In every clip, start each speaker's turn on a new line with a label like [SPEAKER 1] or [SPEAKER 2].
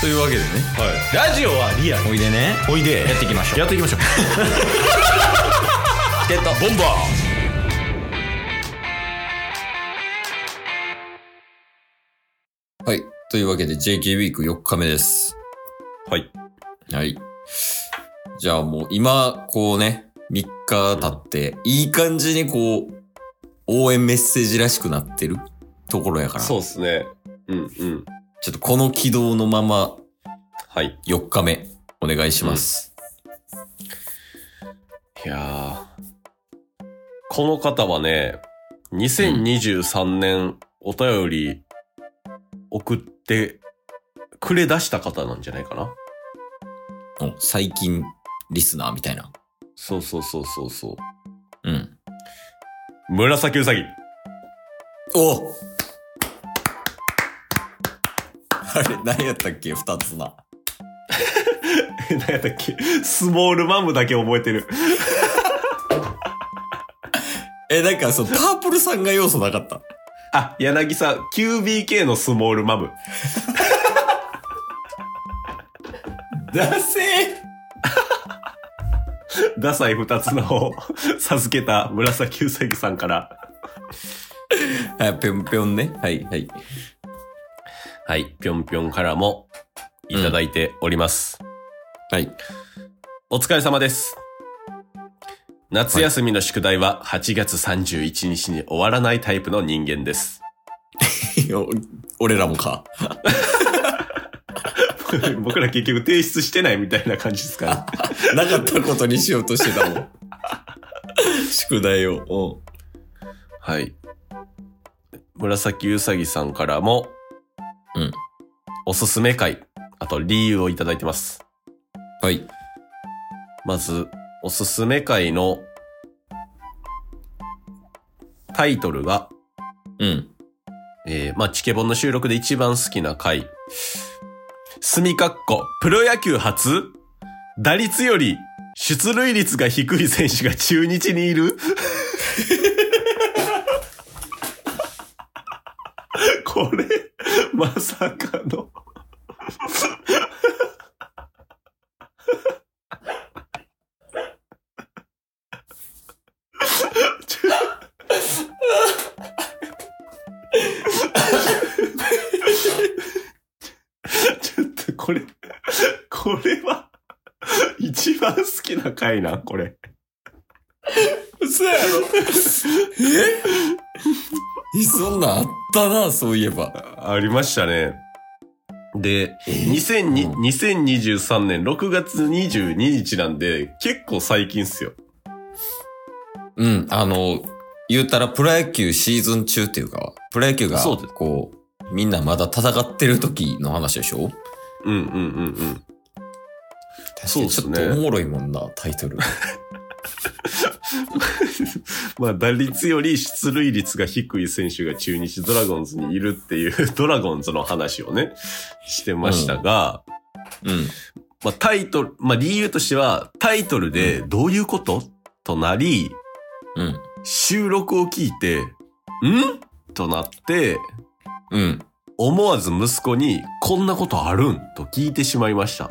[SPEAKER 1] というわけでね
[SPEAKER 2] ラジオはリアル
[SPEAKER 1] おいでね
[SPEAKER 2] おいで
[SPEAKER 1] やっていきましょう
[SPEAKER 2] やってい きましょう
[SPEAKER 1] チケットボンバーはい。というわけで JK ウィーク4日目です。
[SPEAKER 2] はい。
[SPEAKER 1] はい。じゃあもう今、こうね、3日経って、いい感じにこう、応援メッセージらしくなってるところやから、ち
[SPEAKER 2] そ
[SPEAKER 1] ょ
[SPEAKER 2] うっすねうんうん
[SPEAKER 1] っとこの軌道のまま
[SPEAKER 2] はい
[SPEAKER 1] 4日目、お願いします。
[SPEAKER 2] いやーこの方はね2023年お便り送ってくれ出した方なんじゃないかな
[SPEAKER 1] お最近、リスナーみたいな。
[SPEAKER 2] そうそうそうそうそ
[SPEAKER 1] うん。
[SPEAKER 2] う紫う さぎ
[SPEAKER 1] お あれ、何やったっけ二つな。
[SPEAKER 2] 何やったっけスモールマムだけ覚えてる
[SPEAKER 1] え、なんか、その、パープルさんが要素なかった。
[SPEAKER 2] あ柳さん QBK のスモールマム
[SPEAKER 1] だせ
[SPEAKER 2] ダサい二つ名を 授けた紫うさぎさんから。
[SPEAKER 1] ーはい、ぴょんぴょんね。はい、はい。
[SPEAKER 2] はい、ぴょんぴょんからもいただいております。
[SPEAKER 1] はい。
[SPEAKER 2] お疲れ様です。夏休みの宿題は8月31日に終わらないタイプの人間です。
[SPEAKER 1] お俺らもか。
[SPEAKER 2] 僕ら結局提出してないみたいな感じですかね。
[SPEAKER 1] なかったことにしようとしてたもん。 宿題を。
[SPEAKER 2] はい。紫うさぎさんからも、
[SPEAKER 1] うん。
[SPEAKER 2] おすすめ回、あと理由をいただいてます。
[SPEAKER 1] うん。はい。
[SPEAKER 2] まず、おすすめ回のタイトルが、
[SPEAKER 1] うん。
[SPEAKER 2] えー、まあ、チケボンの収録で一番好きな回。すみかっこ、プロ野球初打率より出塁率が低い選手が中日にいる これ、まさかの。ちょっとこれ、これは、一番好きな回な、これ。
[SPEAKER 1] 嘘やろええそんなんあったな、そういえば。
[SPEAKER 2] あありましたね。で、
[SPEAKER 1] え
[SPEAKER 2] 2002
[SPEAKER 1] うん
[SPEAKER 2] 2023年6月22日なんで、結構最近っすよ。
[SPEAKER 1] うん、あの、言うたらプロ野球シーズン中っていうか、プロ野球が、
[SPEAKER 2] そうです
[SPEAKER 1] こう、みんなまだ戦ってる時の話でしょ
[SPEAKER 2] うんうんうん うん。
[SPEAKER 1] 確かにちょっ
[SPEAKER 2] そうです
[SPEAKER 1] と
[SPEAKER 2] ね
[SPEAKER 1] おもろいもんな、タイトル。
[SPEAKER 2] まあ、打率より出塁率が低い選手が中日ドラゴンズにいるっていう ドラゴンズの話をね、してましたが、
[SPEAKER 1] うん。
[SPEAKER 2] まあタイトル、まあ理由としては、タイトルでどういうこと、となり、
[SPEAKER 1] うん。
[SPEAKER 2] 収録を聞いて、んとなって、
[SPEAKER 1] うん。
[SPEAKER 2] 思わず息子に、こんなことあるんと聞いてしまいました。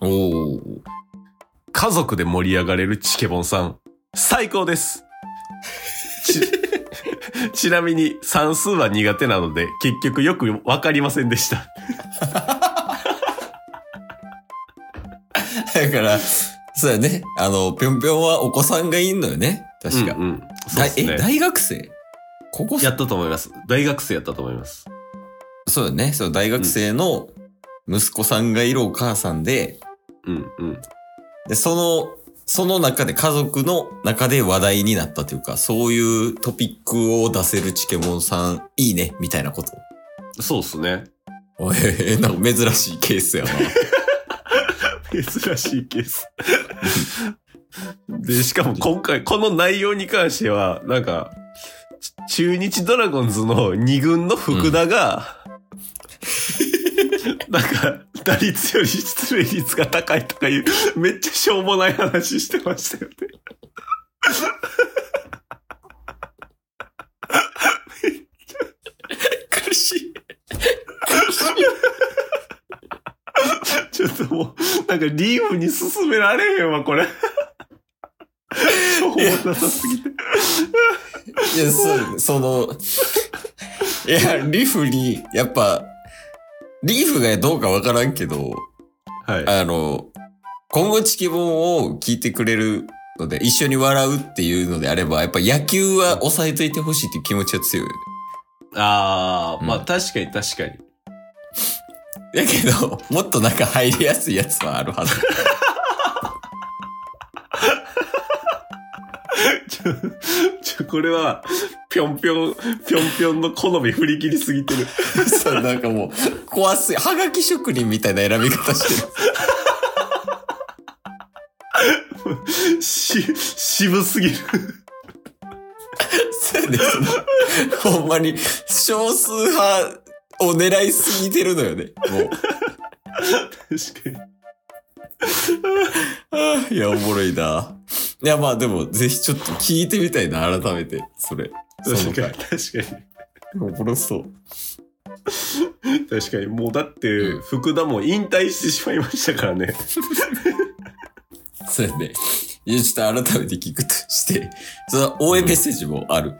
[SPEAKER 1] おー。
[SPEAKER 2] 家族で盛り上がれるチケボンさん、最高ですち ちなみに算数は苦手なので、結局よくわかりませんでした。
[SPEAKER 1] だから、そうやね。あの、ぴょんぴょんはお子さんがいんのよね。確か。
[SPEAKER 2] うんうん。そう
[SPEAKER 1] だ
[SPEAKER 2] です
[SPEAKER 1] え、
[SPEAKER 2] ね。
[SPEAKER 1] 大学生ここ
[SPEAKER 2] やったと思います。大学生やったと思います。
[SPEAKER 1] そうよね。そう、大学生の息子さんがいるお母さんで、
[SPEAKER 2] うんうん。
[SPEAKER 1] で、その、その中で家族の中で話題になったというか、そういうトピックを出せるチケモンさん、いいね、みたいなこと。
[SPEAKER 2] そうですね。
[SPEAKER 1] おえー、なんか珍しいケース やな。
[SPEAKER 2] 珍しいケース。で、しかも今回、この内容に関しては、なんか、ち中日ドラゴンズの2軍の福田が、なんか、打率より出塁率が高いとかいう、めっちゃしょうもない話してましたよね。
[SPEAKER 1] 苦しい。
[SPEAKER 2] ちょっともう、なんかリーブに進められへんわ、これ。そう思なさすぎて。
[SPEAKER 1] いや、そう、その、いや、リフに、やっぱ、リーフがどうかわからんけど、
[SPEAKER 2] はい。
[SPEAKER 1] あの、今後チケボンを聞いてくれるので、一緒に笑うっていうのであれば、やっぱ野球は抑えといてほしいっていう気持ちは強いよね。
[SPEAKER 2] あー、まあ
[SPEAKER 1] うん
[SPEAKER 2] 確かに確かに。
[SPEAKER 1] やけど、もっとなんか入りやすいやつはあるはず。
[SPEAKER 2] ちょ、ちょ、これは、ぴょんぴょん、ぴょんぴょんの好み振り切りすぎてる。
[SPEAKER 1] そう、なんかもう、怖すぎ、はがき職人みたいな選び方してる。
[SPEAKER 2] し、渋すぎる。
[SPEAKER 1] そうですね。ほんまに、少数派を狙いすぎてるのよね。もう。
[SPEAKER 2] 確かに。
[SPEAKER 1] あ ーいや、おもろいな。いや、まあでも、ぜひちょっと聞いてみたいな、改めて、それ。その
[SPEAKER 2] 確か
[SPEAKER 1] 回
[SPEAKER 2] に。確か
[SPEAKER 1] おもろそう。
[SPEAKER 2] に。確かに。もうだって、
[SPEAKER 1] う
[SPEAKER 2] 福田も引退してしまいましたからね。
[SPEAKER 1] そうやね。いや、ちょっと改めて聞くとして、その応援メッセージもある。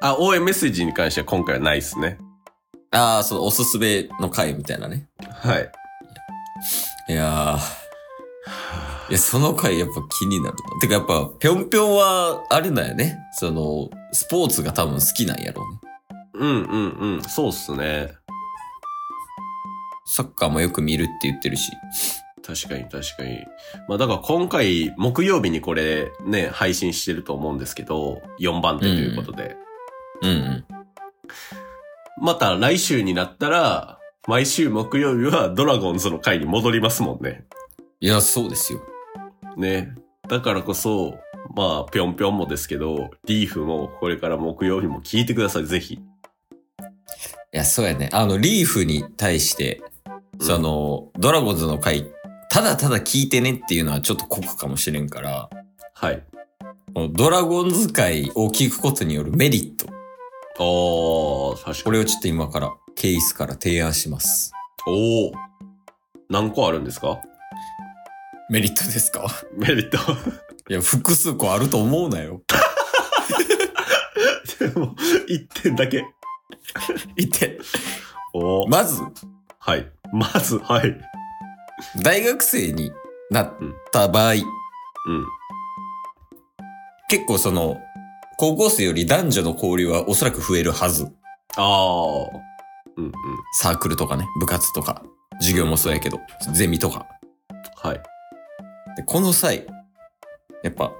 [SPEAKER 2] あ、応援メッセージに関しては今回はないですね。
[SPEAKER 1] ああ、そのおすすめの回みたいなね。
[SPEAKER 2] はい。
[SPEAKER 1] いやー。いや、その回やっぱ気になるな。てかやっぱ、ぴょんぴょんは、あれだよね。その、スポーツが多分好きなんやろうね。
[SPEAKER 2] うんうんうん。そうっすね。
[SPEAKER 1] サッカーもよく見るって言ってるし。
[SPEAKER 2] 確かに確かに。まあだから今回、木曜日にこれね、配信してると思うんですけど、4番手ということで。
[SPEAKER 1] うんうん。
[SPEAKER 2] また来週になったら、毎週木曜日はドラゴンズの回に戻りますもんね。
[SPEAKER 1] いや、そうですよ。
[SPEAKER 2] ね。だからこそ、まあ、ぴょんぴょんもですけど、リーフもこれから木曜日も聞いてください、ぜひ。
[SPEAKER 1] いや、そうやね。あの、リーフに対して、
[SPEAKER 2] うん
[SPEAKER 1] その、ドラゴンズの回、ただただ聞いてねっていうのはちょっと酷かもしれんから、
[SPEAKER 2] はい。
[SPEAKER 1] このドラゴンズ界を聞くことによるメリット。
[SPEAKER 2] おー、確
[SPEAKER 1] こ
[SPEAKER 2] かに。
[SPEAKER 1] れをちょっと今から、ケースから提案します。
[SPEAKER 2] おー。何個あるんですか
[SPEAKER 1] メリットですか
[SPEAKER 2] メリット。
[SPEAKER 1] いや、複数個あると思うなよ。
[SPEAKER 2] でも、1点だけ。
[SPEAKER 1] 言って。
[SPEAKER 2] おー。
[SPEAKER 1] まず、
[SPEAKER 2] はい。まず、はい。
[SPEAKER 1] 大学生になった場合、
[SPEAKER 2] うん。
[SPEAKER 1] 結構その、高校生より男女の交流はおそらく増えるはず。
[SPEAKER 2] あー。うんうん。
[SPEAKER 1] サークルとかね、部活とか、授業もそうやけど、ゼミとか。
[SPEAKER 2] はい。
[SPEAKER 1] で、この際、やっぱ、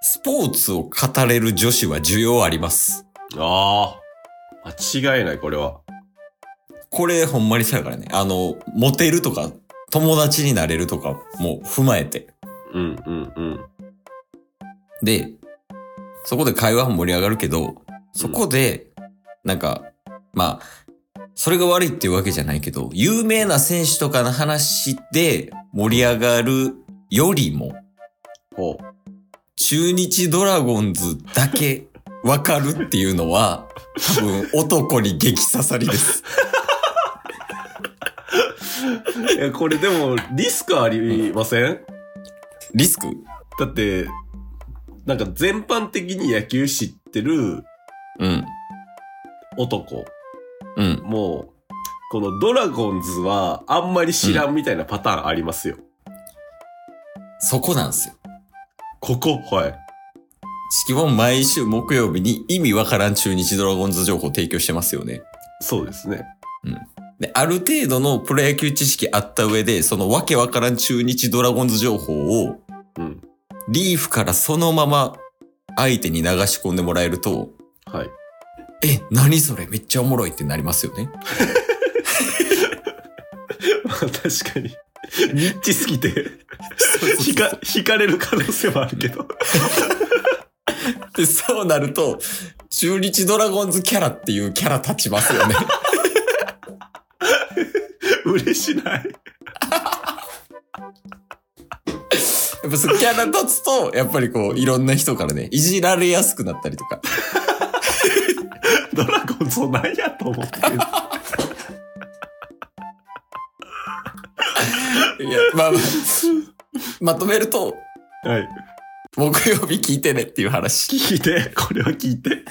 [SPEAKER 1] スポーツを語れる女子は需要あります。
[SPEAKER 2] あー。間違いない、これは。
[SPEAKER 1] これほんまにそうやからね。あの、モテるとか、友達になれるとかも踏まえて。
[SPEAKER 2] うんうんうん。
[SPEAKER 1] で、そこで会話も盛り上がるけど、そこで、なんか、まあ、それが悪いっていうわけじゃないけど、有名な選手とかの話で盛り上がるよりも、
[SPEAKER 2] ほう。
[SPEAKER 1] 中日ドラゴンズだけわかるっていうのは、多分男に激刺さりです。
[SPEAKER 2] いや、これでも、リスクありません、
[SPEAKER 1] リスク
[SPEAKER 2] だって、なんか全般的に野球知ってる
[SPEAKER 1] うん。
[SPEAKER 2] 男
[SPEAKER 1] うん。
[SPEAKER 2] も、このドラゴンズはあんまり知らんみたいなパターンありますよ。
[SPEAKER 1] そこなんですよ。
[SPEAKER 2] ここはい。
[SPEAKER 1] 式本毎週木曜日に意味わからん中日ドラゴンズ情報を提供してますよね。
[SPEAKER 2] そうですね。
[SPEAKER 1] で、ある程度のプロ野球知識あった上で、そのわけわからん中日ドラゴンズ情報を、
[SPEAKER 2] うん。
[SPEAKER 1] リーフからそのまま相手に流し込んでもらえると、
[SPEAKER 2] はい。
[SPEAKER 1] え、何それめっちゃおもろいってなりますよね。
[SPEAKER 2] まあ確かに。ニッチすぎて、引か、引かれる可能性もあるけど。
[SPEAKER 1] で、そうなると、中日ドラゴンズキャラっていうキャラ立ちますよね。
[SPEAKER 2] 嬉しない。
[SPEAKER 1] やっぱそのキャラ立つと、やっぱりこう、いろんな人からね、いじられやすくなったりとか。
[SPEAKER 2] ドラゴンズを何やと思ってる。
[SPEAKER 3] いや、まあまあ、まとめると、
[SPEAKER 2] はい。
[SPEAKER 3] 木曜日聞いてねっていう話。
[SPEAKER 2] 聞いて、これは聞いて。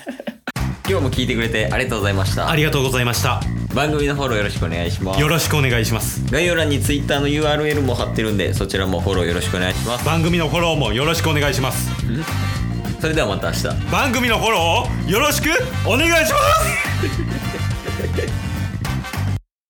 [SPEAKER 3] 今日も聞いてくれてありがとうございました
[SPEAKER 4] あ。りがとうございました。
[SPEAKER 3] 番組のフォローよろしくお願いします
[SPEAKER 4] よ。ろしくお願いします。
[SPEAKER 3] 概要欄に Twitter の URL も貼ってるんで、そちらもフォローよろしくお願いします。
[SPEAKER 4] 番組のフォローもよろしくお願いします。
[SPEAKER 3] それではまた明日。
[SPEAKER 4] 番組のフォローをよろしくお願いします